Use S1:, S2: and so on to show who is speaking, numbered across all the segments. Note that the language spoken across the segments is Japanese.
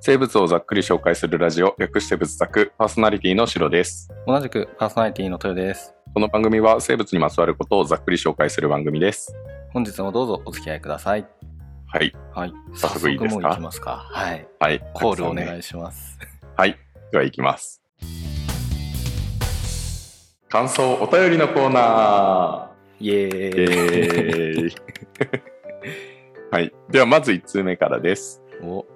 S1: 生物をざっくり紹介するラジオ、略して仏作、パーソナリティのシロです。
S2: 同じくパーソナリティの豊です。
S1: この番組は生物にまつわることをざっくり紹介する番組です。
S2: 本日もどうぞお付き合いください。
S1: はい。
S2: はい。
S1: 早速いいですか
S2: もう行きますか。はい。
S1: はい。
S2: コール
S1: た
S2: お
S1: くさん
S2: 願
S1: ね
S2: いします。
S1: はい。では行きます。感想お便りのコーナ
S2: イエー
S1: ー。イ
S2: イ。
S1: エーイ。 はい。ではまず1通目からです。
S2: お、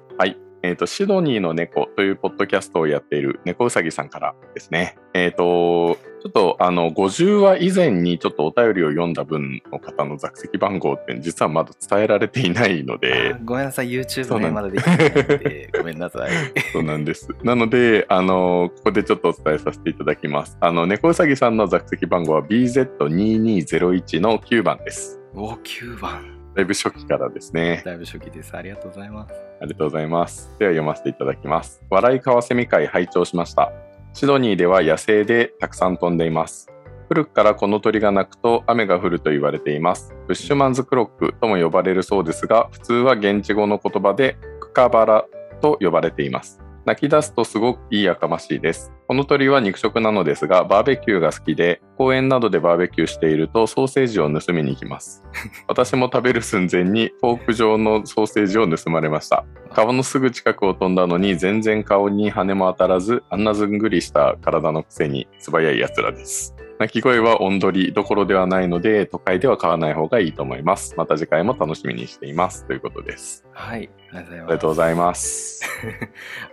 S1: えっ、と、シドニーの猫というポッドキャストをやっている猫うさぎさんからですね。えっ、と、ちょっとあの、50話以前にちょっとお便りを読んだ分の方の座席番号って実はまだ伝えられていないので
S2: あ、ごめんなさい。
S1: そ
S2: YouTube
S1: うな
S2: ね、
S1: ん
S2: まだできてないんで、ごめんなさい。
S1: そうなんです。なので、あの、ここでちょっとお伝えさせていただきます。あの、猫うさぎさんの座席番号は BZ2201 の9番です。
S2: お、9番。
S1: だいぶ初期からですね。
S2: だいぶ初期です。ありがとうございます。
S1: ありがとうございます。では読ませていただきます。笑いカワセミ会拝聴しました。シドニーでは野生でたくさん飛んでいます。古くからこの鳥が鳴くと雨が降ると言われています。ブッシュマンズクロックとも呼ばれるそうですが、普通は現地語の言葉でクカバラと呼ばれています。泣き出すとすごくいいやかましいです。この鳥は肉食なのですが、バーベキューが好きで、公園などでバーベキューしているとソーセージを盗みに行きます。私も食べる寸前にフォーク状のソーセージを盗まれました。顔のすぐ近くを飛んだのに全然顔に羽も当たらずあんなずんぐりした体のくせに素早いやつらです鳴き声は音取りどころではないので都会では買わない方がいいと思いますまた次回も楽しみにしていますということです
S2: はい。ありがとうござい
S1: あ
S2: ま
S1: り
S2: す
S1: が。とうございます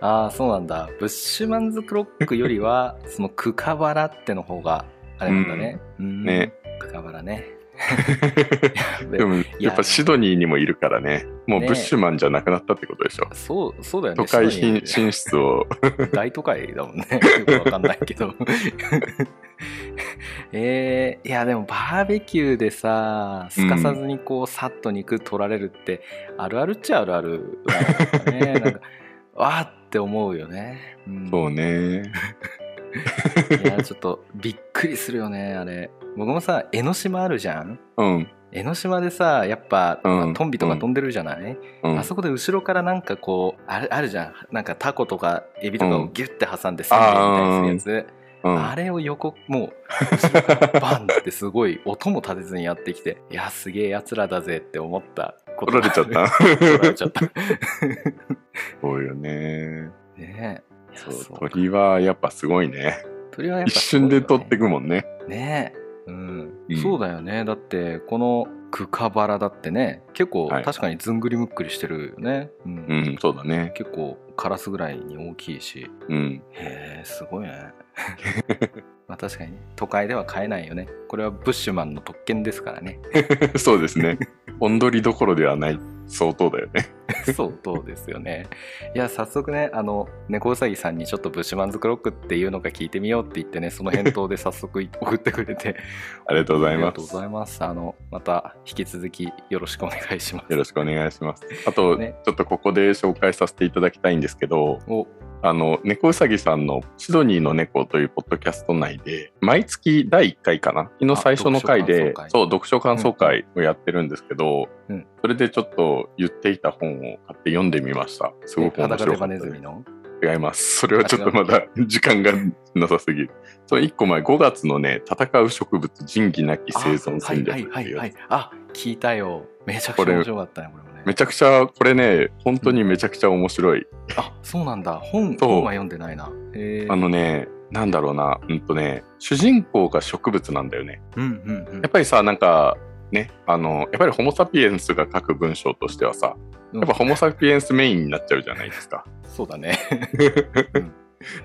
S2: ああ、そうなんだ。ブッシュマンズクロックよりは、 そのクカバラっての方が、あれなんだね。うん
S1: ね。
S2: クカバ ラね。
S1: でもやっぱシドニーにもいるからねもう
S2: ね
S1: ブッシュマンじゃなくなったってことでしょ、
S2: そう、そうだよね。
S1: 都会
S2: シドニー
S1: 進進出を
S2: 大都会だもんね。 よくわかんないけど。 えー、いやでもバーベキューでさすかさずにこう、さっと肉取られるってあるあるっちゃあるあるだよ ねなんかわーって思うよね、うん
S1: そうね
S2: いやちょっとびっくりするよねあれ僕もさ江ノ島あるじゃん
S1: うん
S2: 江ノ島でさやっぱ、
S1: うん
S2: トンビとか飛んでるじゃない、
S1: うん
S2: あそこで後ろからなんかこうあるあるじゃんなんかタコとかエビとかをギュッて挟んでサンドみたいにするやつ、
S1: うん
S2: あれを横もう後ろからバンってすごい音も立てずにやってき ていやすげえやつらだぜって思ったこ
S1: 取られちゃった
S2: 取られちゃったね
S1: そうよね
S2: えいや
S1: そ
S2: そうう
S1: 鳥はやっぱすごいね
S2: 鳥はやっぱ
S1: 一瞬で取って
S2: く
S1: くもんね。
S2: ねえ、うん
S1: うん
S2: そうだよねだってこのクカバラだってね結構
S1: はい
S2: 確かにずんぐりむっくりしてるよね、うん
S1: うん、そうだね。
S2: 結構カラスぐらいに大きいし
S1: うん。
S2: へえすごい ねまあ確かにね都会では飼えないよねこれはブッシュマンの特権ですからね
S1: そうですね。音取りどころではない。相当だよね。
S2: そうそうですよねいや早速ねあの猫うさぎさんにちょっとブッシュマンズクロックっていうのか聞いてみようって言ってねその返答で早速い送ってくれて
S1: ありがとう ござい
S2: あり
S1: ま
S2: がとう
S1: す。
S2: ございますあのまた引き続きよろしくお願いします
S1: よろしくお願いします。あと、
S2: ね
S1: ちょっとここで紹介させていただきたいんですけど、
S2: お
S1: あの、猫うさぎさんのシドニーの猫というポッドキャスト内で、毎月第1回かな昨日最初の回で、
S2: あ読書感想会
S1: そう、読書感想会をやってるんですけど、
S2: うん
S1: それでちょっと言っていた本を買って読んでみました。すごく面
S2: 裸
S1: 白
S2: デ
S1: か
S2: バ
S1: った
S2: ネ
S1: です
S2: ズミの
S1: 違います。それはちょっとまだ時間がなさすぎる。その1個前、5月のね、戦う植物、仁義なき生存戦略って。
S2: あはいはいいはいうはいあ聞いたよめちゃくちゃ面白かったねこれもね
S1: めちゃくちゃ、これね、本当にめちゃくちゃ面白い。
S2: あそうなんだ本
S1: そう
S2: 本は読んでないなへえ
S1: あのね、なんだろうな、うんとね、主人公が植物なんだよね。
S2: うんうんうん
S1: やっぱりさ、なんか、ね、あの、やっぱりホモ・サピエンスが書く文章としてはさ、やっぱホモ・サピエンスメインになっちゃうじゃないですか。
S2: そうだね。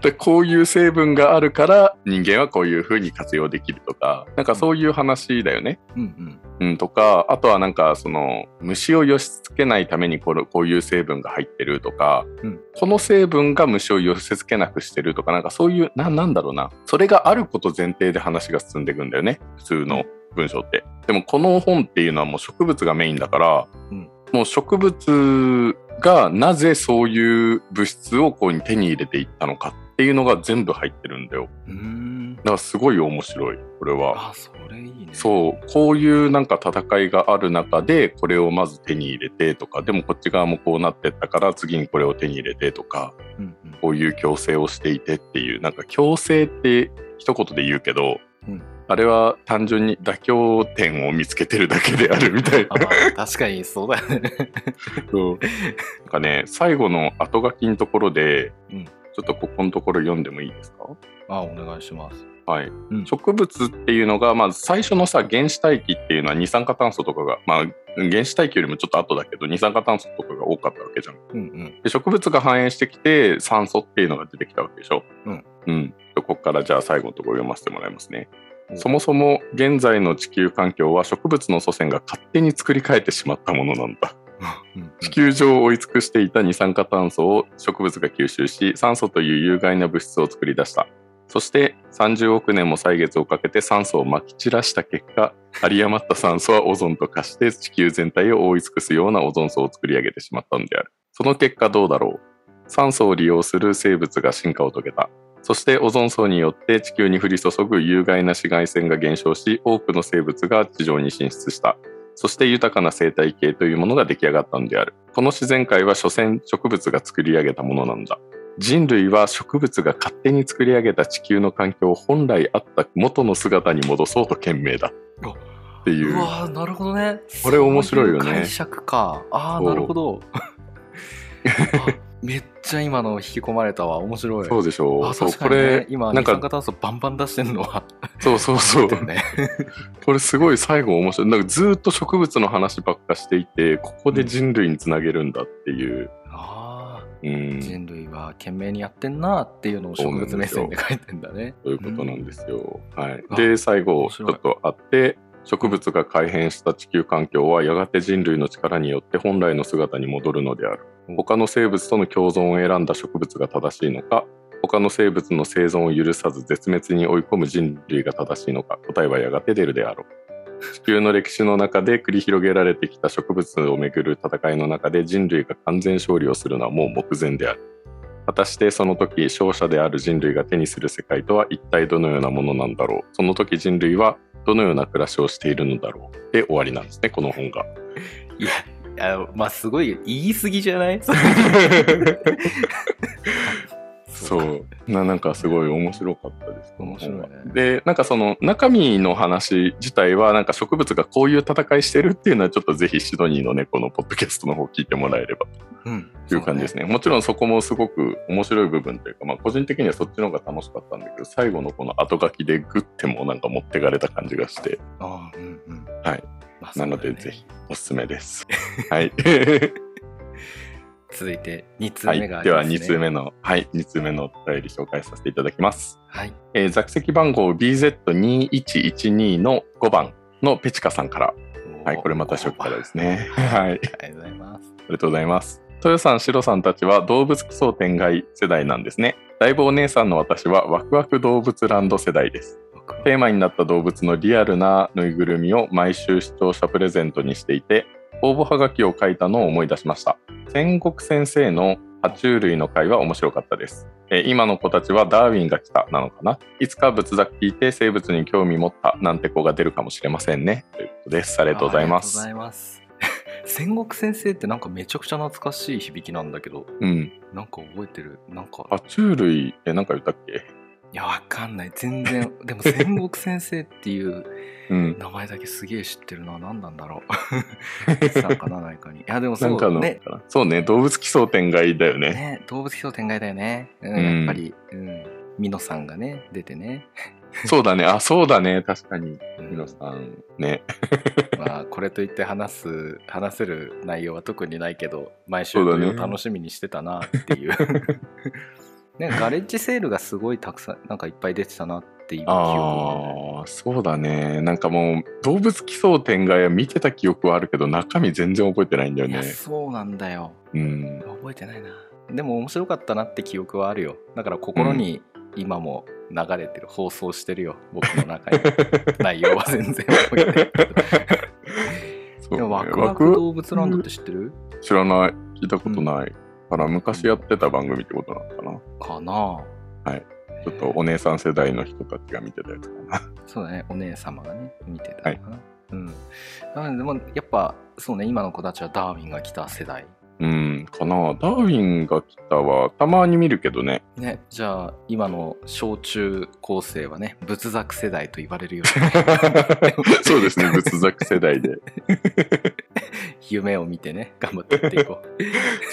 S1: でこういう成分があるから人間はこういう風に活用できるとか、なんかそういう話だよね。
S2: うんうん。
S1: うん、とかあとはなんかその虫を寄せつけないためにこのこういう成分が入ってるとか、
S2: うん
S1: この成分が虫を寄せつけなくしてるとかなんかそういうななんだろうなそれがあること前提で話が進んでいくんだよね普通の文章って。でもこの本っていうのはもう植物がメインだから、
S2: うん
S1: もう植物がなぜそういう物質をこう手に入れていったのかっていうのが全部入ってるんだよ。
S2: うーんん
S1: だからすごい面白いこれは。
S2: あそれいいねう
S1: そうこういうなんか戦いがある中でこれをまず手に入れてとかでもこっち側もこうなってったから次にこれを手に入れてとか
S2: うんうん
S1: こういう強制をしていてっていうなんか強制って一言で言うけど、
S2: うん
S1: あれは単純に妥協点を見つけてるだけであるみたい
S2: あ
S1: な。
S2: ー確かにそうだよね
S1: なんかね最後の後書きのところで、
S2: うん
S1: ちょっとここのところ読んでもいいですか
S2: あお願いします
S1: はい
S2: うん
S1: 植物っていうのが、まあ、最初のさ原始大気っていうのは二酸化炭素とかが、まあ、原始大気よりもちょっと後だけど二酸化炭素とかが多かったわけじゃん。
S2: うんうん
S1: で植物が繁栄してきて酸素っていうのが出てきたわけでしょ。
S2: うん、
S1: うん、ここからじゃあ最後のところ読ませてもらいますね。
S2: お
S1: そもそも現在の地球環境は植物の祖先が勝手に作り変えてしまったものなんだ。
S2: うんうん
S1: 地球上を追い尽くしていた二酸化炭素を植物が吸収し酸素という有害な物質を作り出したそして30億年も歳月をかけて酸素をまき散らした結果有り余った酸素はオゾンと化して地球全体を覆い尽くすようなオゾン層を作り上げてしまったのであるその結果どうだろう酸素を利用する生物が進化を遂げたそしてオゾン層によって地球に降り注ぐ有害な紫外線が減少し多くの生物が地上に進出したそして豊かな生態系というものが出来上がったのである。この自然界は所詮植物が作り上げたものなんだ。人類は植物が勝手に作り上げた地球の環境を本来あった元の姿に戻そうと懸命だ。
S2: あ
S1: っていうう。
S2: わーなるほどね
S1: これ面白いよね
S2: そうう解釈か ああ
S1: そう
S2: なるほどあめっちゃ今の引き込まれたわ面白い
S1: そうでしょう。
S2: あ
S1: そう、
S2: 確か
S1: こ
S2: に、ね、
S1: れ、
S2: 今
S1: なん
S2: 二
S1: か
S2: 酸化炭素バンバン出してるのは
S1: そうそうそう。
S2: だよね
S1: これすごい最後面白い。なんかずーっと植物の話ばっかしていて、ここで人類につなげるんだっていう。
S2: ああ
S1: うん。そ
S2: 人類は懸命にやってんなっていうのを植物目線で書いてんだね
S1: ういうことなんですよ。はい。
S2: あ
S1: で、最後、
S2: 面
S1: ち
S2: 白
S1: ょ
S2: い
S1: っとあって、植物が改変した地球環境はやがて人類の力によって本来の姿に戻るのである
S2: うん
S1: 他の生物との共存を選んだ植物が正しいのか他の生物の生存を許さず絶滅に追い込む人類が正しいのか答えはやがて出るであろう地球の歴史の中で繰り広げられてきた植物をめぐる戦いの中で人類が完全勝利をするのはもう目前である果たしてその時勝者である人類が手にする世界とは一体どのようなものなんだろうその時人類はどのような暮らしをしているのだろうで終わりなんですねこの本が。
S2: いやいやまあすごい言い過ぎじゃない
S1: そ
S2: か
S1: うななんかすごい面白かったです。
S2: 面白いね
S1: でなんかその中身の話自体はなんか植物がこういう戦いしてるっていうのはちょっとぜひシドニーのねこのポッドキャストの方聞いてもらえれば
S2: うん
S1: という感じですねもちろんそこもすごく面白い部分というか、まあ、個人的にはそっちの方が楽しかったんだけど最後のこの後書きでグッてもなんか持ってかれた感じがして
S2: ああうんうん
S1: はい
S2: まあ
S1: なの
S2: そ
S1: で
S2: うだよね
S1: ぜひおすすめです。はい
S2: 続いて2通
S1: は
S2: 目
S1: い
S2: があ、り
S1: で
S2: ま
S1: は
S2: す、ね
S1: 2通目の、はい、2通目のお便り紹介させていただきます。
S2: はい
S1: えー座席番号 BZ2112 の5番のペチカさんから。はい、これまた初期からですね。はい、あり
S2: ありがとうございます
S1: がとうございます。豊さん、シロさんたちは動物奇想天外世代なんですね。だいぶお姉さんの私はワクワク動物ランド世代です。テーマになった動物のリアルなぬいぐるみを毎週視聴者プレゼントにしていて、応募はがきを書いたのを思い出しました。戦国先生の爬虫類の会は面白かったです。えー今の子たちはダーウィンが来たなのかないつか仏作聞いて生物に興味持ったなんて子が出るかもしれませんね。ということです。あ
S2: あ
S1: りがとうございます。
S2: ありがとうございます 戦国先生ってなんかめちゃくちゃ懐かしい響きなんだけど
S1: うん。
S2: なんか覚えてるなんか
S1: 爬虫類って何か言ったっけ
S2: いやわかんない全然 でも戦国先生っていう
S1: うん。
S2: 名前だけすげえ知ってるのは何なんだろう さんかな何かにいやでも
S1: な
S2: そ
S1: んか
S2: う
S1: の、
S2: ね
S1: そうね、動物奇想天外だよ ね。
S2: ね動物奇想天外だよね、うん
S1: うん
S2: やっぱり、うん、ミノさんがね出てね、
S1: そうだね。あ、そうだね。確かに。
S2: うん
S1: ミノさん。ね。
S2: まあこれといって話す話せる内容は特にないけど毎週
S1: そうだ
S2: 土
S1: ね
S2: 曜楽しみにしてたなって いうねガレッジセールがすごいたくさんなんかいっぱい出てたなっていう記憶を
S1: ああ、そうだね。なんかもう、動物奇想天外は見てた記憶はあるけど、中身全然覚えてないんだよ
S2: いや
S1: ね。
S2: そうなんだよ
S1: うん。
S2: 覚えてないなでも面白かったなって記憶はあるよだから心に今も流れてる、放送してるよ僕の 中に内容は全然覚えてない
S1: そう
S2: で
S1: ね
S2: もワクワク動物ランドって知ってる
S1: 知らない。聞いたことない。から昔やってた番組ってことなのかな。
S2: かな
S1: はいちょっとお姉さん世代の人たちが見てたやつか な。
S2: そうだね、お姉様がね、見てたのかな。うん。なので、もやっぱ、そうね、今の子たちはダーウィンが来た世代。
S1: うん、かな。ダーウィンが来たは、たまに見るけど ね。
S2: ね、じゃあ、今の小中高生はね、仏作世代と言われるよ
S1: そうですね、仏作世代で。
S2: 夢を見てね、頑張ってやっていこう。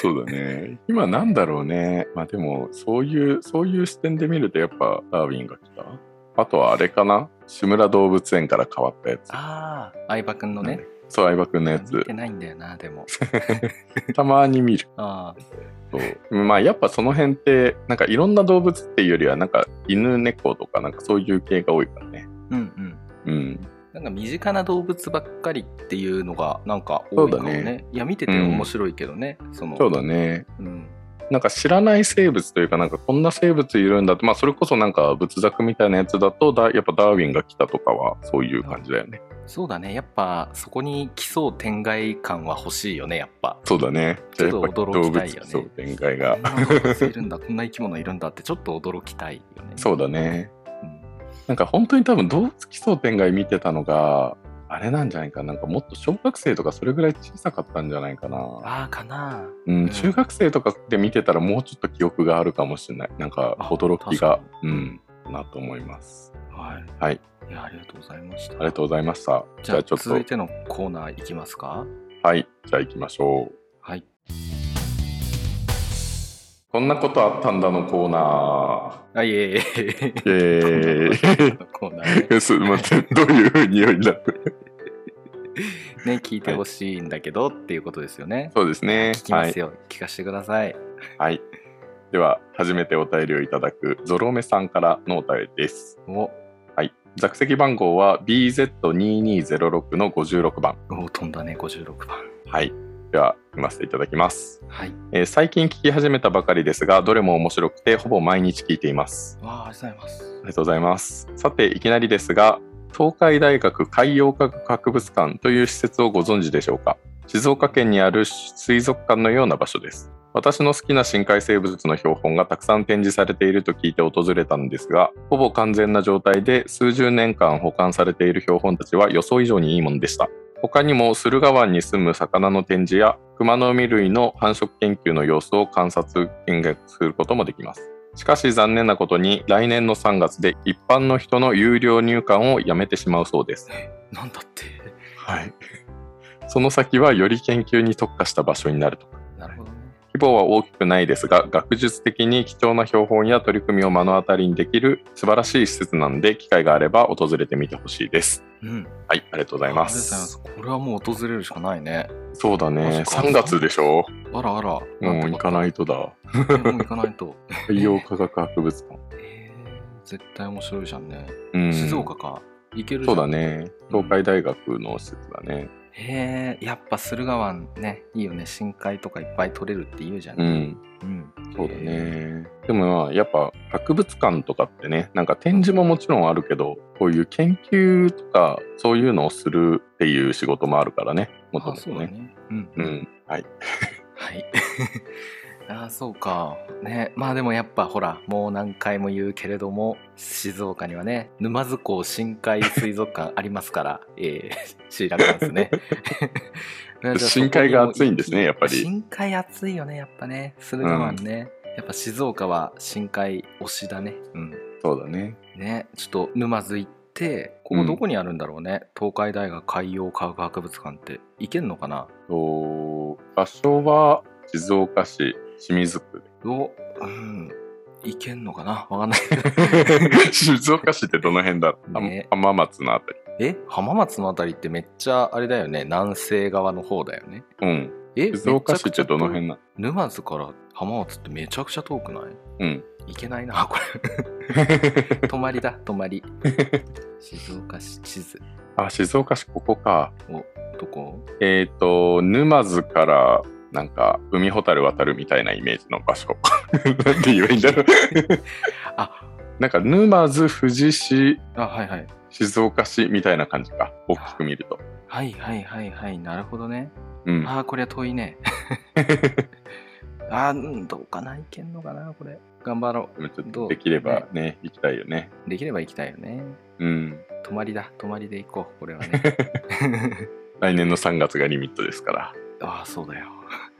S1: そうだね。今なんだろうね。まあでも、そういう、そういう視点で見るとやっぱダーウィンが来た。あとはあれかな志村動物園から変わったやつ。
S2: ああ、相葉くんのね、
S1: そう、相葉くんのや
S2: 見
S1: つ
S2: て。ないんだよな、でも。
S1: たまに見る。
S2: あ
S1: そうまあやっぱその辺って、なんかいろんな動物っていうよりは、なんか犬、猫とかなんかそういう系が多いからね。
S2: あ、うんうん。
S1: うん。
S2: なんか身近な動物ばっかりっていうのがなんか多いか
S1: そうだ
S2: もね
S1: ね
S2: いや見てて面白いけどね、その
S1: そうだね。
S2: うん、
S1: なんか知らない生物というか、なんかこんな生物いるんだって、まあそれこそなんか仏作みたいなやつだと、だやっぱダーウィンが来たとかはそういう感じだよね。
S2: そうだねやっぱそこに奇想天外感は欲しいよねやっぱ
S1: そうだね。じゃあやっぱ
S2: ちょっと
S1: 動
S2: 驚き
S1: 物
S2: たいよね
S1: そう展開
S2: こ
S1: が
S2: ん。な動物いるんだこんな生き物いるんだってちょっと驚きたいよね、
S1: そううだね。
S2: ん、
S1: なんか本当に多分動物奇想天外見てたのが、あれなんじゃないかな。なんかもっと小学生とかそれぐらい小さかったんじゃないかな。
S2: ああかな
S1: うん、
S2: ん
S1: 中学生とかで見てたらもうちょっと記憶があるかもしれない。なんか
S2: あ
S1: 驚きが
S2: 確、
S1: うん、なと思います。
S2: はい、
S1: はい、
S2: いやありがとうございました
S1: ありがとうございました。
S2: じ
S1: じゃ
S2: ゃ
S1: あ
S2: あ
S1: ちょっ
S2: 続い
S1: と、
S2: てのコーナーいきますか
S1: はい、じゃあ行きましょう。
S2: はい
S1: こんなことあったんだのコーナ
S2: あいえいえ
S1: ー。イ ェー
S2: コーナーね
S1: イ。す待って、どういう匂いになって
S2: ね聞いてほしいんだけどっていうことですよね、
S1: そうですね。
S2: 聞きますよ、聞かせてください
S1: はい。では、初めてお便りをいただくゾロメさんからのお便りです。
S2: お
S1: はい。座席番号は BZ2206 の56番。
S2: お飛んだね56番
S1: はい。では、読ませていただきます、
S2: はい
S1: えー最近聞き始めたばかりですが、どれも面白くて、ほぼ毎日聞いています。
S2: わあありがとうございます
S1: ありがとうございます。さて、いきなりですが、東海大学海洋科学博物館という施設をご存知でしょうか静岡県にある水族館のような場所です。私の好きな深海生物の標本がたくさん展示されていると聞いて訪れたのですが、ほぼ完全な状態で数十年間保管されている標本たちは予想以上にいいものでした。他にも駿河湾に住む魚の展示や熊の海類の繁殖研究の様子を観察見学することもできます。しかし残念なことに来年の3月で一般の人の有料入館をやめてしまうそうです。
S2: なんだって
S1: はい。その先はより研究に特化した場所になると。
S2: なるほどね
S1: 規模は大きくないですが、学術的に貴重な標本や取り組みを目の当たりにできる素晴らしい施設なので、機会があれば訪れてみてほしいです。
S2: うん
S1: はい、ありがとうございます。
S2: ありがとうございますこれはもう訪れるしかないね
S1: そうだね
S2: マ。ジか
S1: 3月でしょ
S2: あらあら
S1: もう行かないいとだ。
S2: もう行かない と
S1: 海洋科学博物館。
S2: えー絶対面白いじゃんね、
S1: うん
S2: 静岡か行けるじゃ
S1: そ
S2: ん
S1: うだね。東海大学の施設だね。
S2: へえやっぱ駿河湾ねいいよね深海とかいっぱい取れるって言うじゃん
S1: う
S2: ね
S1: ん。
S2: うん、
S1: そうだね。でもまあやっぱ博物館とかってねなんか展示ももちろんあるけどこういう研究とかそういうのをするっていう仕事もあるからねもと
S2: あ
S1: もと
S2: そうだ
S1: ね。
S2: ねうん、
S1: う、んはい、
S2: はい。 ああ、そうか。ね。まあでもやっぱほら、もう何回も言うけれども、静岡にはね、沼津港深海水族館ありますから、 えー、シーラカンスね。
S1: 深海が熱いんですねやっぱり
S2: 深海熱いよね、やっぱね。駿河湾ね。やっぱ静岡は深海推しだね。うん。
S1: そうだね。
S2: ね、ちょっと沼津行って、ここどこにあるんだろうね。東海大学海洋科学博物館って行けんのかな
S1: と場所は静岡市清水 区
S2: を、うん、いけんのかなわかんない。
S1: 静岡市ってどの辺だ、
S2: ね
S1: あ浜松のあたり。
S2: え浜松のあたりってめっちゃあれだよね。南西側の方だよね。
S1: うん、
S2: え
S1: 静岡市ってどの
S2: めちゃくちゃ遠い
S1: 辺な
S2: 沼津から浜松ってめちゃくちゃ遠くない
S1: うん
S2: いけないな、これ。 泊まりだ、泊 まり。静岡市地図。
S1: あ静岡市ここか
S2: どこ
S1: えっ、と沼津からなんか海ほたる渡るみたいなイメージの場所 なんて言えばいいんだろう
S2: あ、
S1: なんか沼津富士市
S2: あ、はいはい。
S1: 静岡市みたいな感じか大きく見ると
S2: はいはいはいはい。なるほどね。
S1: うん
S2: ああ、こりゃ遠いね。あーうんどうかないけんのかなこれ頑張ろ
S1: でもちょっ
S2: ど
S1: と
S2: う
S1: できればね、行きたいよね。
S2: うできれば行きたいよね
S1: うん。
S2: 泊まりだ泊まりで行こうこれはね
S1: 来年の3月がリミットですから。
S2: ああそうだよ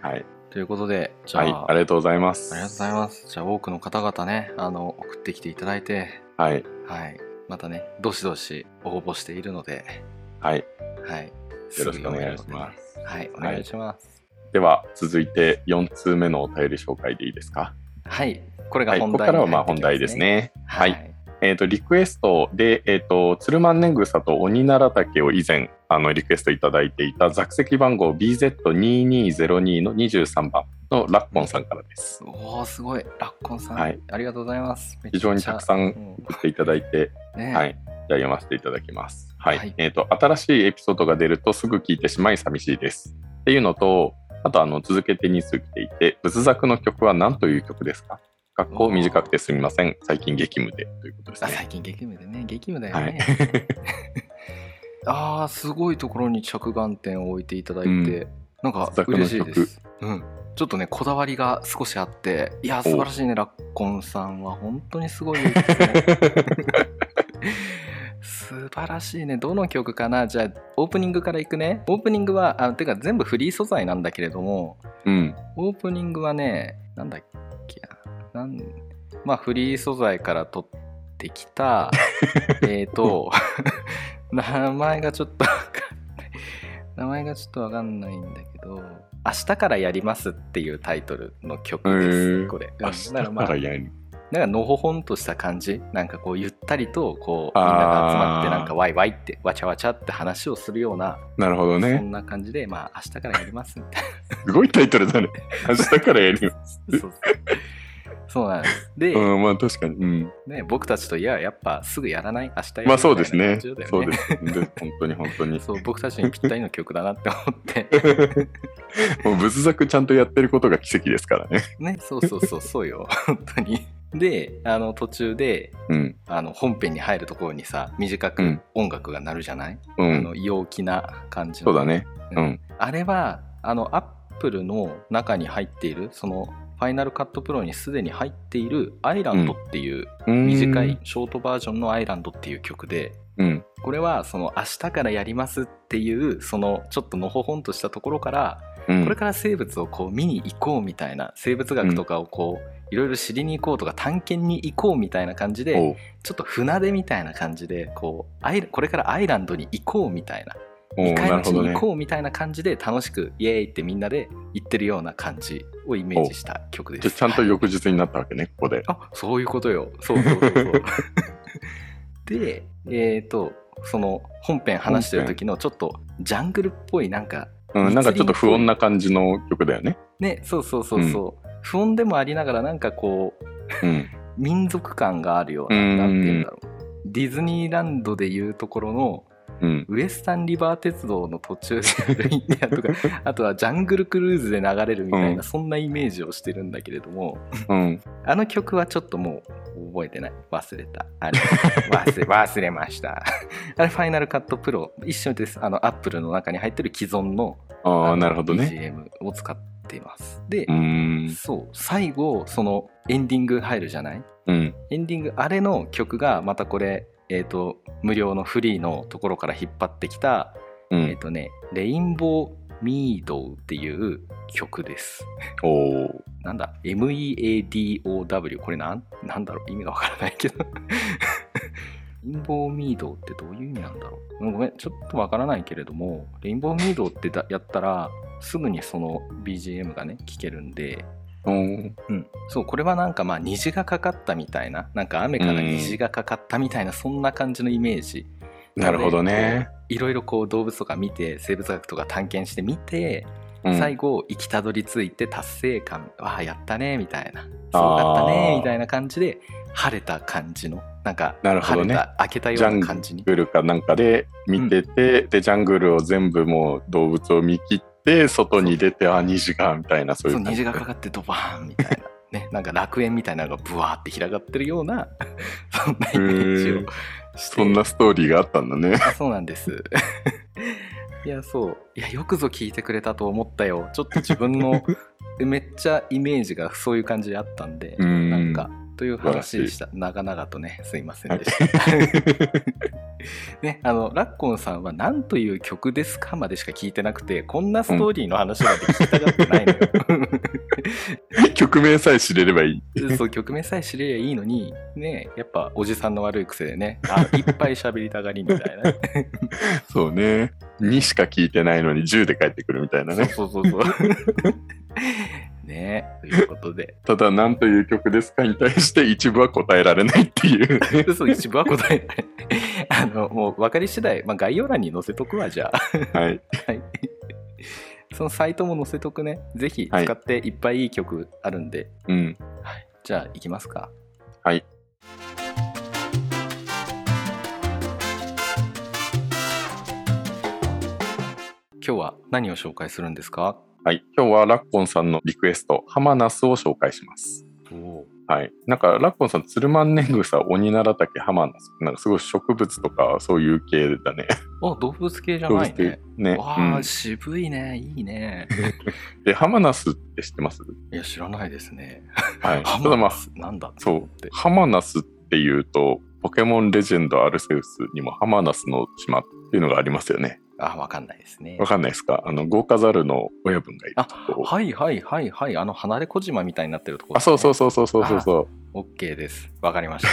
S1: はい。
S2: ということでじゃあ、
S1: はい、ありがとうございます。
S2: ありがとうございます。じゃあ多くの方々ね、あの、送ってきていただいて、
S1: はい。
S2: はい。またね、どしどし応募しているので、
S1: はい。
S2: はい。
S1: よろしくお願いし
S2: ぐ読めるの
S1: ま
S2: でね
S1: す。
S2: はい、お願いします。
S1: では、続いて4通目のお便り紹介でいいですか。
S2: はい。これが
S1: はい。こ
S2: 本
S1: こ
S2: 題
S1: からは
S2: に
S1: ま
S2: 入
S1: あ
S2: って
S1: 本
S2: き
S1: 題です。ね。
S2: は。
S1: はいい。えっ、と、リクエストで、えっ、と、鶴万年草と鬼奈良竹を以前、あの、リクエストいただいていた、座席番号 BZ2202 の23番のラッコンさんからです。
S2: おおすごい。ラッコンさん、
S1: はい
S2: ありがとうございます。めち
S1: 非
S2: ゃ
S1: 常にたくさん送っていただいて、
S2: うんね
S1: はい。じゃあ読ませていただきます。はい。
S2: はい
S1: えっ、と、新しいエピソードが出るとすぐ聞いてしまい寂しいです。っていうのと、あと、あの、続けて2通来ていて、仏作の曲は何という曲ですか学校短くてすみません。最近激務で。ということです
S2: あ
S1: ね。
S2: 最近激務でね、激務だよね。 ああ、すごいところに着眼点を置いていただいて、
S1: うん
S2: なんか
S1: 雑貨の
S2: 嬉しいです。うん。ちょっとね、こだわりが少しあって、いや、素晴らしいね、ラッコンさんは。本当にすごいです ね。素晴らしいね。どの曲かなじゃあ、オープニングからいくね。オープニングは、あてか全部フリー素材なんだけれども、
S1: うん。
S2: オープニングはね、なんだっけな。なんまあ、フリー素材から取ってきた、 えっと、 名前がちょっとわかんない。名前がちょっとわかんないんだけど、明日からやりますっていうタイトルの曲で
S1: へ
S2: す、
S1: ー
S2: これ。うん
S1: 明
S2: だ
S1: 日
S2: からまあ
S1: からやる。
S2: なんかのほほんとした感じなんかこうゆったりとこうみん
S1: あー
S2: なが集まってなんかワイワイってわちゃわちゃって話をするような
S1: なるほど
S2: そ
S1: ね。
S2: んな感じでまあ明日からやりますみたい
S1: すごいタイトルだ ね。明日からやる。
S2: なそうそうなんですで、
S1: うん、まあ確かに。うん。
S2: ね、僕たちといややっぱすぐやらない明日やる
S1: まあそうですね。
S2: みたいな感じだよ
S1: そうです。で本当に本当に。
S2: そう僕たちにぴったりの曲だなって思って
S1: もう仏作ちゃんとやってることが奇跡ですからね。
S2: ねそうそうそうそうよ本当にであの途中で
S1: うん。
S2: あの本編に入るところにさ短
S1: う
S2: く
S1: ん
S2: 音楽が鳴るじゃない、
S1: う
S2: あ
S1: ん。
S2: の陽気な感じ
S1: そ
S2: の
S1: うだね。うん。
S2: あれはあのアップルの中に入っているそのファイナルカットプロにすでに入っている「アイランド」っていう短い。ショートバージョンの「アイランド」っていう曲で
S1: うん。
S2: これはその「明日からやります」っていうそのちょっとのほほんとしたところから
S1: うん
S2: これから生物をこう見に行こうみたいな生物学とかをこういろいろ知りに行こうとか探検に行こうみたいな感じで
S1: おう
S2: ちょっと船出みたいな感じでこうアイこれからアイランドに行こうみたいな
S1: おうな
S2: 2回
S1: る
S2: の
S1: ほ
S2: ち
S1: ど
S2: に
S1: ね
S2: 行。こうみたいな感じで楽しくイエーイってみんなで言ってるような感じをイメージした曲で
S1: じゃ
S2: す。
S1: ちゃんと
S2: はい
S1: 翌日になったわけね、ここ で。
S2: あそういうことよ。そうそうそうそう で、えっ、と、その本編話してる時のちょっとジャングルっぽいなんか
S1: うん、なんかちょっと不穏な感じの曲だよね。
S2: ね、そうそうそうそう、不穏でもありながらなんかこう
S1: うん。
S2: 民族感があるよう
S1: う
S2: な、
S1: ん
S2: なんて言うんだろう。ディズニーランドでいうところの
S1: うん。
S2: ウエスタンリバー鉄道の途中であるインディアンとかあとはジャングルクルーズで流れるみたいな、
S1: うん
S2: そんなイメージをしてるんだけれども
S1: うん。
S2: あの曲はちょっともう覚えてない忘れた あれ忘れ忘れました あれファイナルカットプロ一緒ですあのアップルの中に入ってる既存の
S1: あ
S2: あ
S1: あ、
S2: の
S1: なるほどね。
S2: BGM を使っていますで
S1: う、ーん。
S2: そう最後そのエンディング入るじゃない
S1: うん。
S2: エンディングあれの曲がまたこれえー、と無料のフリーのところから引っ張ってきた
S1: う
S2: えっ
S1: ん。
S2: とね、レインボーミードウっていう曲です。
S1: おう
S2: なんだ ?MEADOW。これなん、なんだろう意味がわからないけど。 レインボーミードウってどういう意味なんだろううんごめん、ちょっとわからないけれども、レインボーミードウってだやったら、すぐにその BGM がね、聴けるんで、
S1: うん。
S2: うん、そう、これはなんかまあ虹がかかったみたいな、なんか雨から虹がかかったみたいな、そんな感じのイメージ
S1: なるほどね。
S2: いろいろこう動物とか見て生物学とか探検して見て、
S1: うん
S2: 最後行きたどり着いて達成感わあやったねみたいなすごかった
S1: あ
S2: ね
S1: ー
S2: みたいな感じで晴れた感じのなんか
S1: なるほどね
S2: 晴れた開けたような感じに
S1: ジャングルかなんかで見てて、でジャングルを全部もう動物を見切って外に出てあ虹がみたいなそうい
S2: そうう
S1: 感じ
S2: 虹がかかってドバーンみたいな。ね、なんか楽園みたいなのがブワーって開がってるような そんなイメージを
S1: へー
S2: して
S1: そんなストーリーがあったんだね。
S2: あそうなんです いやそういやよくぞ聞いてくれたと思ったよちょっと自分のでめっちゃイメージがそういう感じであったんで、
S1: うん
S2: なんかという話でした長々とねすいませんでした、 ねあのラッコンさんは「何という曲ですか?」までしか聞いてなくてこんなストーリーの話まで聞きたがってないのよ、
S1: 曲名さえ知れればいい。
S2: そう曲名さえ知れりゃいいのにねやっぱおじさんの悪い癖でねあいっぱい喋りたがりみたいなね
S1: そうね。2しか聞いてないのに10で帰ってくるみたいなね。
S2: そうそうそうそう ねということで
S1: ただ、何という曲ですかに対して一部は答えられないって いうね。
S2: 嘘一部は答えないあのもう分かり次第、まあ、概要欄に載せとくわじゃあ
S1: はい。
S2: そのサイトも載せとくねぜひ使っていっぱいいい曲あるんで、
S1: うん。
S2: じゃあ行きますか
S1: はい
S2: 今日は何を紹介するんですか
S1: はい。今日はラッコンさんのリクエスト、ハマナスを紹介します。はい。なんか、ラッコンさん、ツルマンネグサ、オニナラタケ、ハマナス。なんか、すごい植物とか、そういう系だね。
S2: あ動物系じ ゃないね
S1: ね。
S2: わ
S1: う
S2: あ、
S1: ん
S2: 渋いねいいね
S1: で、ハマナスって知ってます
S2: いや知らないですね
S1: はい。
S2: ハ
S1: ただま
S2: マ
S1: あ
S2: スなんだ
S1: そう
S2: って
S1: ハマナスっていうと、ポケモンレジェンドアルセウスにもハマナスの島っていうのがありますよね。
S2: あわかんないですね
S1: わかんないですかあの、豪華ザルの親分がいる
S2: あ
S1: とこ。
S2: はいはいはいはいあの離れ小島みたいになってるところ、
S1: あ、そうそうそうそうそうそうそ
S2: オッケーです。わかりまし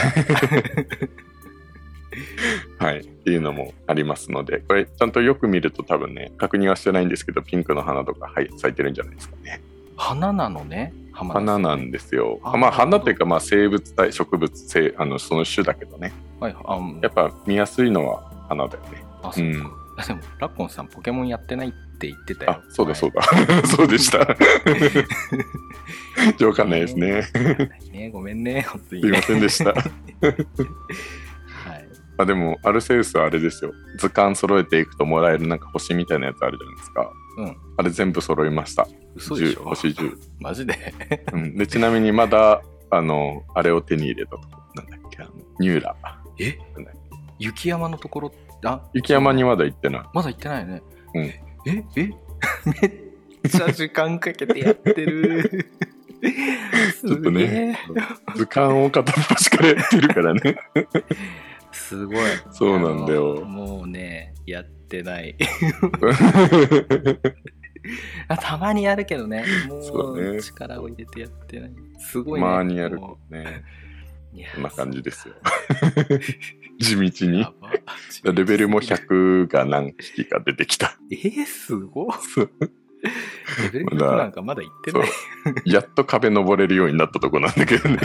S1: う。
S2: た。
S1: はい。っていうのもありますので、これちゃんとよく見ると多分ね、確認はしてないんですけど、ピンクの花とか、はい、咲いてるんじゃないですかね。
S2: 花なのね。花
S1: 花なんですよ。
S2: あ
S1: まあ、花っていうか、まあ、生物体、植物性、あの、その種だけどね。
S2: はい。あ、うん
S1: やっぱ見やすいのは花だよね。
S2: あそう
S1: うん
S2: か。 でもラッコンさんポケモンやってないって言ってたよ
S1: あ。、そうだそううだ。 そうで した。わかんないですね。
S2: ね、ごめんね。本当
S1: す
S2: に
S1: いま
S2: ね。
S1: せんでした。
S2: はい。
S1: あでも、アルセウスはあれですよ。図鑑揃えていくともらえるなんか星みたいなやつあるじゃないですか。
S2: うん。
S1: あれ全部揃いました。
S2: 嘘でし
S1: 10
S2: ょ。
S1: 星10。
S2: マジで。
S1: うん、でちなみにまだ、あの、あれを手に入れたとこ。なんだっけ、あのニューラ。
S2: え
S1: なんだっけ？
S2: 雪山のところ。あ、
S1: 雪山にまだ行ってない。
S2: まだ行ってないよね。
S1: うん
S2: ええ えめっちゃ時間かけてやってる。
S1: ちょっと
S2: すげえ
S1: ね。、図鑑を片っ端からやってるから ね。
S2: すごい。
S1: そうなんだよ
S2: あのもうね、やってない。 あたまにやるけどね、も
S1: そう
S2: う
S1: ね
S2: 力を入れてやってない。すごいね。
S1: マーにやる
S2: も
S1: ね。
S2: ういや
S1: こんな感じですよ。 地道に
S2: や。ば
S1: レベルも。100が何匹か出てきた。
S2: えー、すごい。
S1: そう
S2: レベル100なんかまだいってない。
S1: やっと壁登れるようになったとこなんだけどね。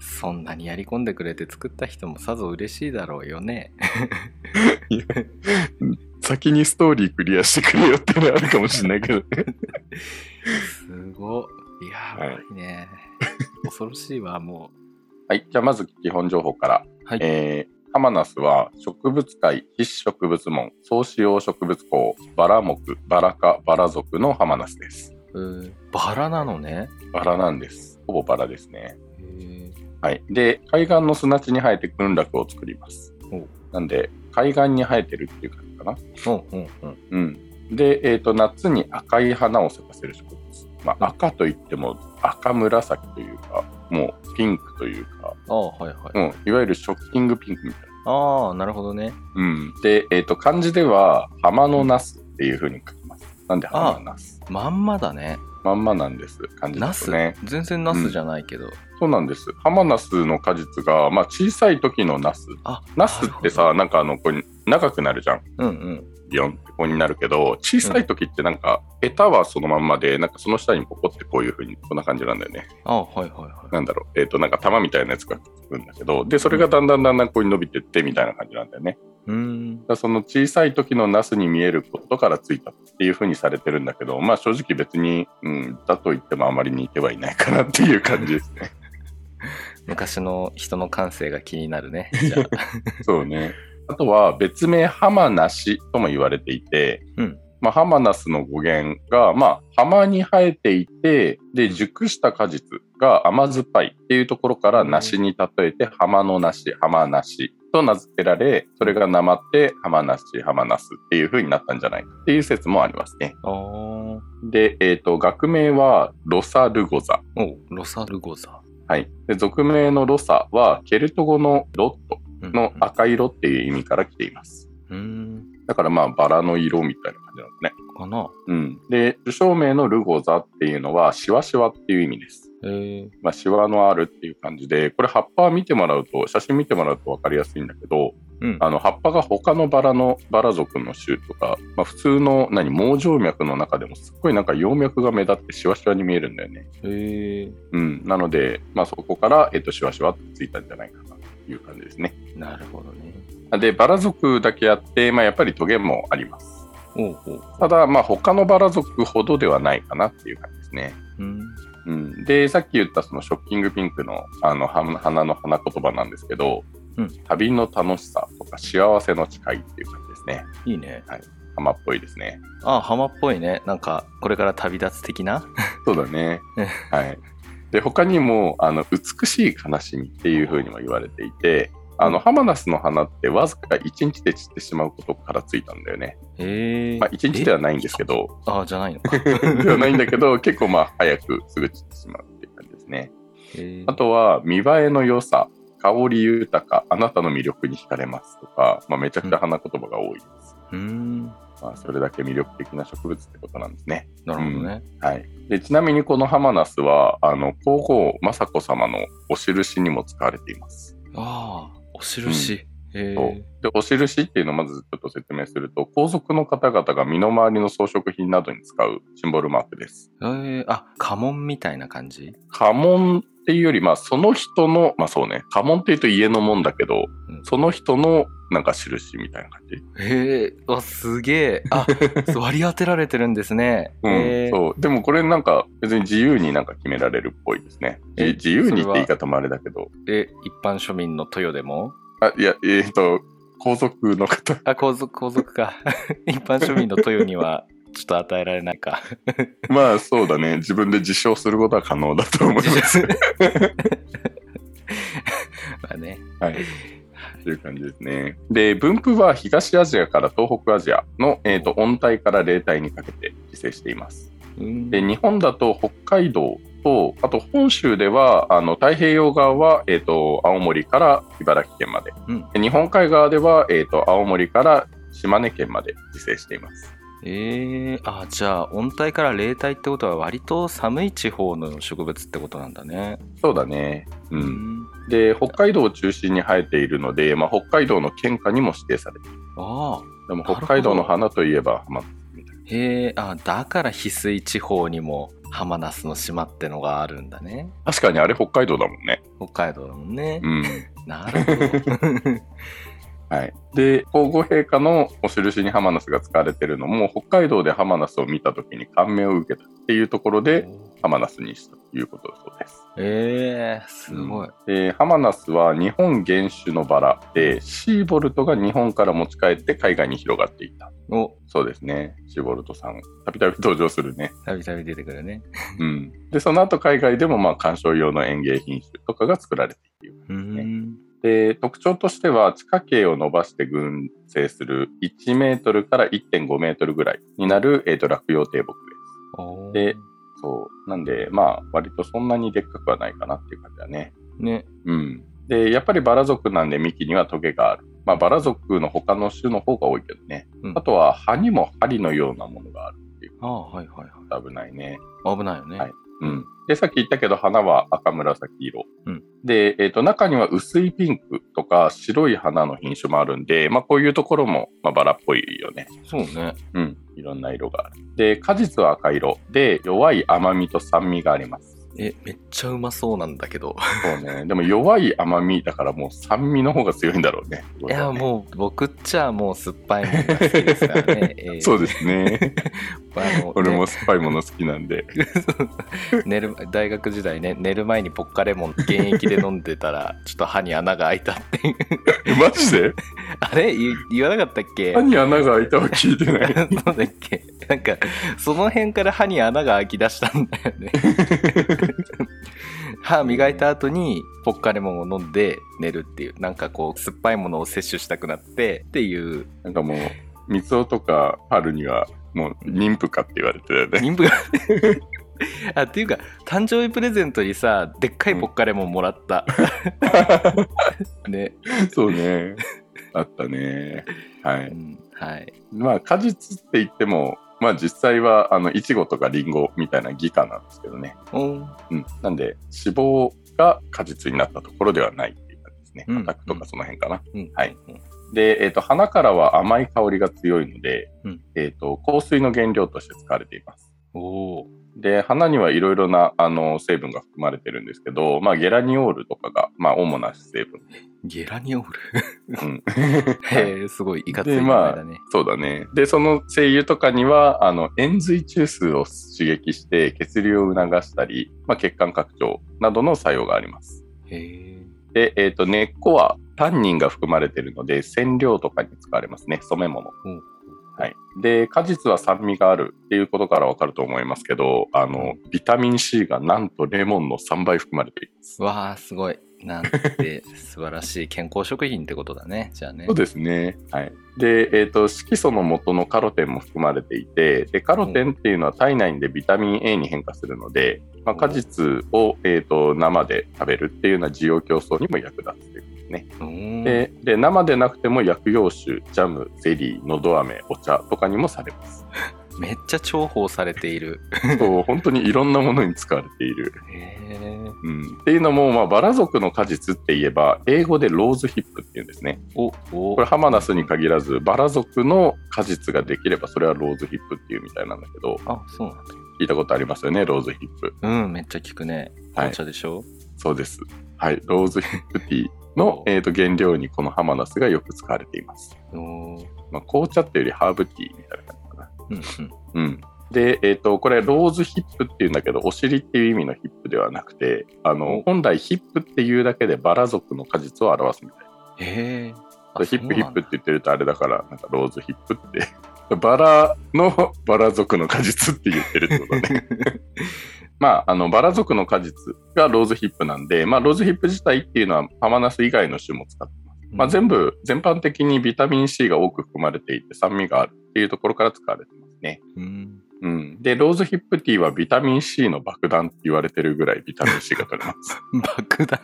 S2: そんなにやり込んでくれて作った人もさぞ嬉しいだろうよね。
S1: 先にストーリークリアしてくれよってのはあるかもしれないけどね。
S2: すごい。やばいね。恐ろしいわ、も
S1: はい。じゃあまず基本情報から。
S2: う。はい。
S1: えー、ハマナスは植物界必植物門総使用植物校バラ木バラ科バラ属のハマナスです。
S2: うんバラなのね。
S1: バラなんです。ほぼバラですね。
S2: えー
S1: はい、で海岸の砂地に生えて群落を作ります
S2: お
S1: なんで海岸に生えてるっていう感じかな、
S2: うんうんうん。
S1: うん、で、えー、と夏に赤い花を咲かせる植物、まあ、赤といっても赤紫というかもうピンクというか、
S2: ああ、はいはい。
S1: うん、いわゆるショッキングピンクみたいな、
S2: ああ、なるほどね。
S1: うん、で、えー、と漢字では「浜のナス」っていうふうに書きますなんで
S2: あ
S1: 浜のナス
S2: まんまだね。
S1: まんまなんです漢字で
S2: ナ
S1: す
S2: ス、
S1: ね
S2: 全然ナスじゃないけど、
S1: そうなんです浜ナスの果実が、まあ、小さい時のナス
S2: あ
S1: ナスってさ、なんかあのこう長くなるじゃん
S2: なるほどうんうん
S1: ビヨンってこうになるけど小さい時ってなんか、ヘタはそのまんまでなんかその下にポコってこういう風にこんな感じなんだよね
S2: あはいはいは
S1: なんだろうえっ、となんか玉みたいなやつがくっつくんだけどでそれがだんだんだんだんこうに伸びてってみたいな感じなんだよね
S2: いうーん
S1: だからその小さい時のナスに見えることからついたっていう風にされてるんだけどまあ正直別に、うん、だと言ってもあまり似てはいないかなっていう感じですね
S2: 昔の人の感性が気になる ねじゃあ
S1: そうねあとは別名ハマナシとも言われていて、
S2: うん
S1: まあ、ハマナスの語源が、まあ、浜に生えていて、で、熟した果実が甘酸っぱいっていうところから梨に例えて、浜の梨、浜梨と名付けられ、それがなまって浜なし、浜なすっていう風になったんじゃないかっていう説もあります ね。
S2: おー
S1: で、えっ、と、学名はロサルゴザ。
S2: おロサルゴザ
S1: はい。で、俗名のロサはケルト語のロットの
S2: あ
S1: 赤色っていう意味から来ています。
S2: うん
S1: だからまあ、バラの色みたいな感じなんですね。
S2: かな
S1: うん。で、受賞名のルゴザっていうのは、シワシワっていう意味です。
S2: えー、
S1: まあ、シワのあるっていう感じで、これ葉っぱ見てもらうと、写真見てもらうと分かりやすいんだけど、
S2: うん
S1: あの葉っぱが他のバラのバラ族の種とか、まあ、普通の何網状脈の中でもすっごいなんか葉脈が目立ってシワシワに見えるんだよね。
S2: え
S1: うん、なので、まあ、そこから、えっと、シワシワってついたんじゃないかなという感じですね。
S2: ー、なるほどね
S1: でバラ族だけあって、まあ、やっぱりトゲもあります。
S2: おうおう
S1: ただ、まあ、他のバラ族ほどではないかなっていう感じですね。
S2: うん
S1: うん、でさっき言ったそのショッキングピンクのあのは花の花言葉なんですけど、
S2: うん
S1: 旅の楽しさとか幸せの誓いっていう感じですね
S2: いいね
S1: 浜っぽいですね
S2: あ浜っぽいねなんかこれから旅立つ的 な
S1: そうだね
S2: うん
S1: はいで他にもあの美しい悲しみっていうふうにも言われていてあのハマナスの花ってわずか1日で散ってしまうことからついたんだよね、
S2: えー、
S1: まあ、1日ではないんですけど
S2: ああじゃないの か、
S1: ではないんだけど結構まあ早くすぐ散ってしまうっていう感じですね
S2: えー、
S1: あとは見栄えの良さ、香り豊か、あなたの魅力に惹かれますとか、まあ、めちゃくちゃ花言葉が多いです。
S2: うーん
S1: まあ、それだけ魅力的な植物ってことなんですね。
S2: なるほどね、
S1: はい、でちなみにこのハマナスはあの皇后雅子様のお印にも使われています。
S2: ああお印、え
S1: そうでお印っていうのをまずちょっと説明すると皇族の方々が身の回りの装飾品などに使うシンボルマークです。
S2: ー、えー、あ家紋みたいな感じ
S1: 家紋っていうより、まあ、その人の、まあそうね、家紋っていうと家のもんだけど、
S2: うん
S1: その人のなんか印みたいな感じ。
S2: へえあすげえ あそう割り当てられてるんですね、
S1: うん、
S2: へえ
S1: そう。でもこれなんか別に自由になんか決められるっぽいですね。
S2: え
S1: じ自由にっ
S2: それ
S1: て
S2: は
S1: 言い方もあれだけど。
S2: え一般庶民の豊でも
S1: あ、いや、えっ、と、皇族の方。
S2: あ皇族皇族か 一般庶民の豊にはちょっと与えられないか
S1: まあそうだね。自分で自称することは可能だと思います。
S2: まあね
S1: はい。という感じですね。で、分布は東アジアから東北アジアの、えー、と温帯から冷帯にかけて自生しています。
S2: うん
S1: で日本だと北海道とあと本州ではあの太平洋側は、えー、と青森から茨城県まで
S2: うん
S1: で日本海側では、えー、と青森から島根県まで自生しています
S2: えー、あじゃあ温帯から冷帯ってことは割と寒い地方の植物ってことなんだね
S1: そうだね、う、
S2: うん
S1: で北海道を中心に生えているので、まあ、北海道の県下にも指定されている
S2: ああ
S1: でも
S2: なるほ
S1: 北
S2: ど
S1: 海道の花といえば、まあ、
S2: へえあだから翡翠地方にも浜那須の島ってのがあるんだね
S1: 確かにあれ北海道だもんね、
S2: 北海道だもんね、
S1: うん
S2: なるほど
S1: はい、で皇后陛下のお印にハマナスが使われているのも北海道でハマナスを見た時に感銘を受けたっていうところ でハマナスにしたということだそうです。
S2: えー、すごい、
S1: でハマナスは日本原種のバラでシーボルトが日本から持ち帰って海外に広がっていった
S2: お
S1: そうですねシーボルトさんたびたび登場するね、
S2: たびたび出てくるね
S1: うん、でその後海外でもまあ観賞用の園芸品種とかが作られている
S2: うーん
S1: で特徴としては地下茎を伸ばして群生する1メートルから1.5メートルぐらいになる、えー、と落葉低木で
S2: おー
S1: です。そうなんでまあ割とそんなにでっかくはないかなっていう感じだね。
S2: ね
S1: うん、でやっぱりバラ族なんで幹にはトゲがある。まあ、バラ族の他の種の方が多いけどね。
S2: うん
S1: あとは葉にも針のようなものがある。
S2: ああはいはい
S1: 危ないね。
S2: はい危ないよね、
S1: はいうん、でさっき言ったけど花は赤紫色、
S2: うん
S1: で、えー、と中には薄いピンクとか白い花の品種もあるんで、まあ、こういうところも、まあ、バラっぽいよね、
S2: そうね
S1: うん、いろんな色があるで果実は赤色で弱い甘みと酸味があります
S2: えめっちゃうまそうなんだけど
S1: そうねでも弱い甘みだからもう酸味の方が強いんだろうね
S2: いやもう僕っちゃもう酸っぱいものが好きですから ね、えー
S1: そうですね
S2: あの
S1: 俺も酸っぱいもの好きなんで
S2: 寝る大学時代ね寝る前にポッカレモン現役で飲んでたらちょっと歯に穴が開いたっていう
S1: えマジで
S2: あれ言言わなかったっけ
S1: 歯に穴が開いたは聞いてない
S2: なんだっけ なんかその辺から歯に穴が開き出したんだよね歯磨いた後にポッカレモンを飲んで寝るっていうなんかこう酸っぱいものを摂取したくなってっていう
S1: なんかもう、三尾とか春には、もう妊婦かって言われてたよね。
S2: 妊 婦あっていうか誕生日プレゼントにさでっかいポッカレモンもら った、ね、
S1: そうね。 あったね。は
S2: う
S1: い。
S2: ん、はい
S1: まあ、果実って言っても、まあ実際は、あの、いちごとかりんごみたいな義果なんですけどね。
S2: おー
S1: うん。なんで、脂肪が果実になったところではないっていう感じですね。
S2: うん
S1: アタックとかその辺かな。
S2: うん
S1: はいで、えっ、と、花からは甘い香りが強いので、
S2: うん
S1: えっ、と、香水の原料として使われています。
S2: おー
S1: で花にはいろいろなあの成分が含まれてるんですけど、まあ、ゲラニオールとかが、まあ、主な成 分、
S2: ゲラニオール
S1: うん、
S2: へえすごいいかつい
S1: で
S2: 名
S1: まあ
S2: 前だね、
S1: そうだねでその精油とかにはあの塩水中枢を刺激して血流を促したり、まあ、血管拡張などの作用があります
S2: へえ
S1: で、えー、と根っこはタンニンが含まれているので染料とかに使われますね染め物
S2: うん
S1: はい、で果実は酸味があるっていうことからわかると思いますけどあのビタミン C がなんとレモンの3倍含まれている
S2: わあすごいなんて 素晴らしい健康食品ってことだねじゃあね
S1: そうですね。はい。で、えっ、と、色素の元のカロテンも含まれていて、で、カロテンっていうのは体内でビタミン A に変化するので、まあ、果実を、えっ、と、生で食べるっていうような需要競争にも役立つということですね。
S2: うーん
S1: でで、生でなくても薬用酒、ジャム、ゼリー、のど飴、お茶とかにもされ ます。
S2: めっちゃ重宝されている
S1: そう、本当にいろんなものに使われている。
S2: へえ
S1: うん。っていうのも、まあ、バラ族の果実って言えば、英語でローズヒップっていうんですね。
S2: おお
S1: これハマナスに限らずバラ族の果実ができればそれはローズヒップっていうみたいなんだけど
S2: あそうなんだ
S1: 聞いたことありますよねローズヒップ
S2: うんめっちゃ効くね
S1: はい
S2: 紅茶でしょ、
S1: そうですはいローズヒップティーの
S2: おー
S1: えーと原料にこのハマナスがよく使われています、
S2: おー
S1: まあ、紅茶っていうよりハーブティーみたいな感じかな
S2: うん
S1: うんで、えー、とこれローズヒップっていうんだけどお尻っていう意味のヒップではなくてあの
S2: お
S1: 本来ヒップっていうだけでバラ族の果実を表すみたい
S2: うんへえ
S1: なヒップヒップって言ってるとあれだからなんかローズヒップって バラの バラ族の果実って言ってるってことね まあ、あのバラ族の果実がローズヒップなんで、まあ、ローズヒップ自体っていうのはハマナス以外の種も使ってます、まあ、全部全般的にビタミン C が多く含まれていて酸味があるっていうところから使われてますね、
S2: 部、うん、
S1: うん、でローズヒップティーはビタミン C の爆弾って言われてるぐらいビタミン C が取れます
S2: 爆弾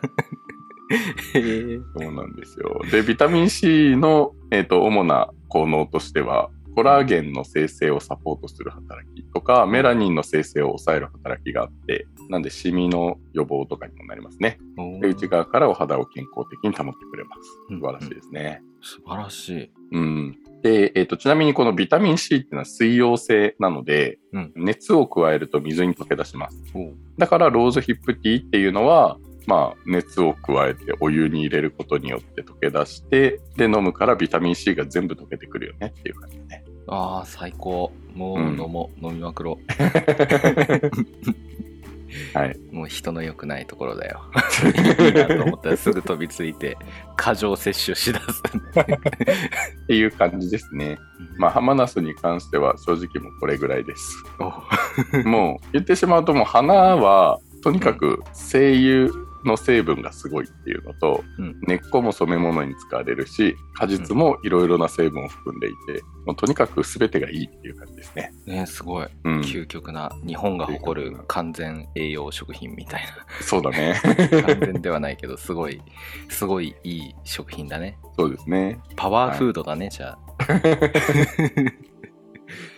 S2: へえ
S1: そうなんですよでビタミン C の、えー、と主な効能としてはコラーゲンの生成をサポートする働きとかメラニンの生成を抑える働きがあってなんでシミの予防とかにもなりますね
S2: おー
S1: で内側からお肌を健康的に保ってくれます。
S2: うん
S1: 素晴らしいですね。
S2: 素晴らしい
S1: うん。で、えっ、と、ちなみにこのビタミン C っていうのは水溶性なので、
S2: うん
S1: 熱を加えると水に溶け出します。
S2: おー
S1: だから、ローズヒップティーっていうのは、まあ、熱を加えてお湯に入れることによって溶け出して、で、飲むからビタミン C が全部溶けてくるよねっていう感じね。
S2: あー最高もう
S1: うん
S2: 飲もう、飲みまくろう
S1: はい
S2: もう人の良くないところだよいいなと思ったらすぐ飛びついて過剰摂取しだす
S1: っていう感じですね。まあ、ハマナスに関しては正直もうこれぐらいです。
S2: お
S1: もう言ってしまうともう花はとにかく精油の成分がすごいっていうのと、
S2: うん
S1: 根っこも染め物に使われるし果実もいろいろな成分を含んでいて、もうとにかく全てがいいっていう感じですね。
S2: ねすごい
S1: うん、
S2: 究極な日本が誇る完全栄養食品みたい
S1: そうだ ね
S2: な完全ではないけどすごいすごいいい食品だね
S1: そうですね
S2: パワーフードだね、じゃ あ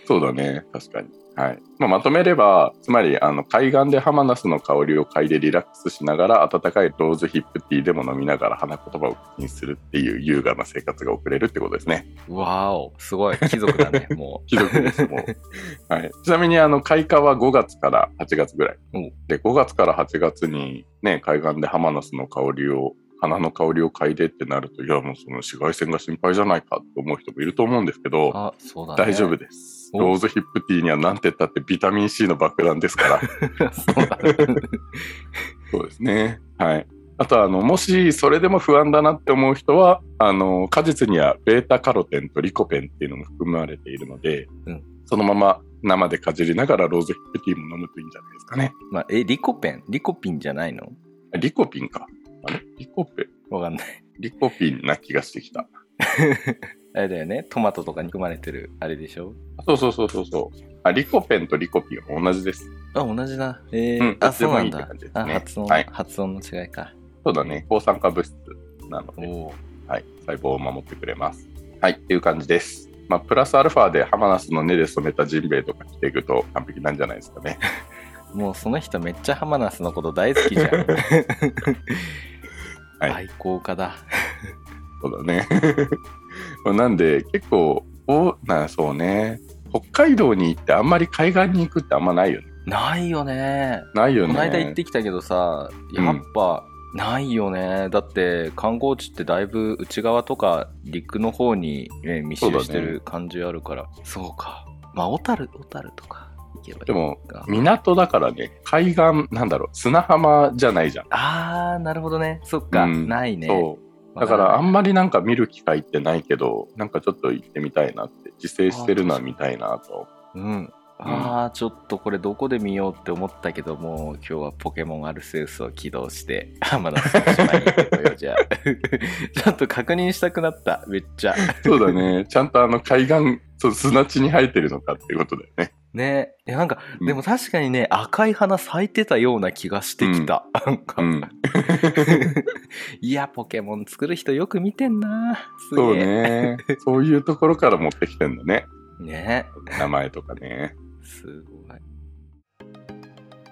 S1: そうだね確かに。はいまあ、まとめればつまりあの海岸でハマナスの香りを嗅いでリラックスしながら温かいローズヒップティーでも飲みながら花言葉を口にするっていう優雅な生活が送れるってことですね。
S2: わーおすごい貴族だねも
S1: ひどくです、もう。はい、ちなみにあの開花は5月から8月ぐらい
S2: お。
S1: で、5月から8月に、ね、海岸でハマナスの香りを、花の香りを嗅いでってなると、いや、もうその紫外線が心配じゃないかって思う人もいると思うんですけ
S2: う
S1: ど、
S2: あそうだね
S1: 大丈夫です。
S2: お
S1: ローズヒップティーにはなんて言ったってビタミン C の爆弾ですから。
S2: そうだね
S1: そうですね。はい。あとあのもしそれでも不安だなって思う人はあの果実にはベータカロテンとリコペンっていうのも含まれているので、
S2: うん
S1: そのまま生でかじりながらローズヒップティーも飲むといいんじゃないですかね。
S2: まあ、え、リコペンリコピンじゃないの
S1: あリコピンか。あれリコペ、
S2: わかんない。
S1: リコピンな気がしてきた。
S2: あれだよね。トマトとかに含まれてる、あれでしょ
S1: そうそうそうそうそう。あ、リコペンとリコピンは同じです。
S2: あ、同じだ。えー
S1: うん
S2: あ、そうなん
S1: どっ
S2: だ。
S1: ちでもいいって
S2: あ、
S1: 感じですね
S2: 発音、
S1: はい
S2: 発音の違いか。
S1: そうだね。抗酸化物質なので、
S2: おお。
S1: はい、細胞を守ってくれます。はい、っていう感じです。まあ、プラスアルファでハマナスの根で染めたジンベエとか着ていくと完璧なんじゃないですか ね。
S2: もうその人めっちゃハマナスのこと大好きじゃん。
S1: はい
S2: 愛好家だ。
S1: そうだね。 なんで結構おなそうね北海道に行ってあんまり海岸に行くってあんまないよね。
S2: ないよね。
S1: ないよ
S2: こ
S1: ね。
S2: の間行ってきたけどさ、
S1: うん
S2: やっぱないよね。だって観光地ってだいぶ内側とか陸の方に、ね、密集して
S1: そうだね
S2: る感じあるから。そう,、か。まあ、小樽、小樽とか行けばいい
S1: でも
S2: か。
S1: 港だからね海岸なんだろう砂浜じゃないじゃん。
S2: あー、なるほどね。そっか。
S1: うん
S2: ないね。
S1: そうだからあんま
S2: ま
S1: りなんか見る機会ってないけどなんかちょっと行ってみたいなって自生してるのは見たいなと。
S2: うん。あーちょっとこれどこで見ようって思ったけどもう今日はポケモンアルセウスを起動して 浜田さん島に行ってこようじゃあ ちょっと確認したくなっためっちゃ
S1: そうだねちゃんとあの海岸そう砂地に生えてるのかっていうことだよね。
S2: ねえなんか
S1: うん
S2: でも確かにね、赤い花咲いてたような気がしてきた、なんか、
S1: うん
S2: いやポケモン作る人よく見てんなすげえ
S1: そうねそういうところから持ってきてんだね
S2: ね
S1: 名前とかね。
S2: すごい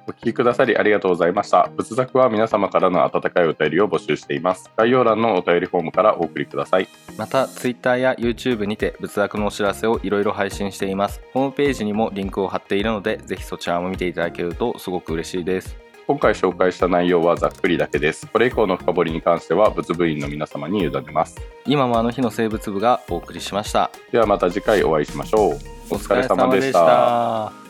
S1: お聞きくださりありがとうございました。仏作は皆様からの温かいお便りを募集しています。概要欄のお便りフォームからお送りください。
S2: また Twitter や YouTube にて仏学のお知らせをいろいろ配信していますホームページにもリンクを貼っているのでぜひそちらも見ていただけるとすごく嬉しいです
S1: 今回紹介した内容はざっくりだけです。これ以降の深掘りに関しては仏部員の皆様に委ねます。
S2: 今もあの日の生物部がお送りしました
S1: ではまた次回お会いしましょう。お疲れ様でした。
S2: た